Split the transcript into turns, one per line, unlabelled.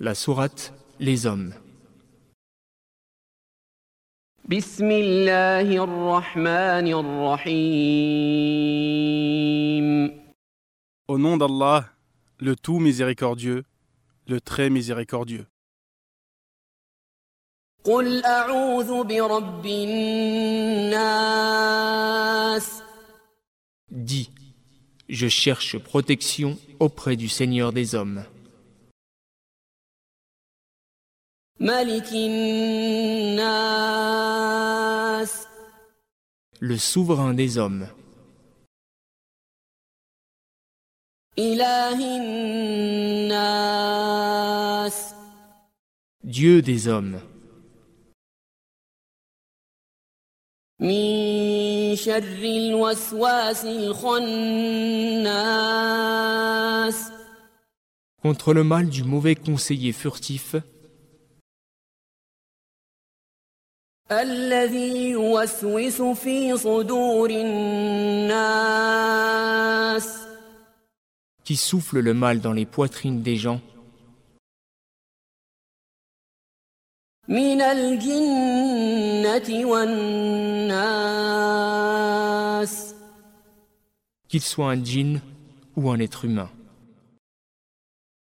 La sourate Les hommes.
بسم الله الرحمن الرحيم
Au nom d'Allah, le tout miséricordieux, le très miséricordieux.
قل أعوذ برب الناس
Dis Je cherche protection auprès du Seigneur des hommes,
ملك الناس
le souverain des hommes,
إله الناس
Dieu des hommes,
من شر الوسواس الخناس
contre le mal du mauvais conseiller furtif
الذي يوسوس في صدور الناس
qui souffle le mal dans les poitrines des gens,
من الجنة والناس
qu'il soit un djinn ou un être humain.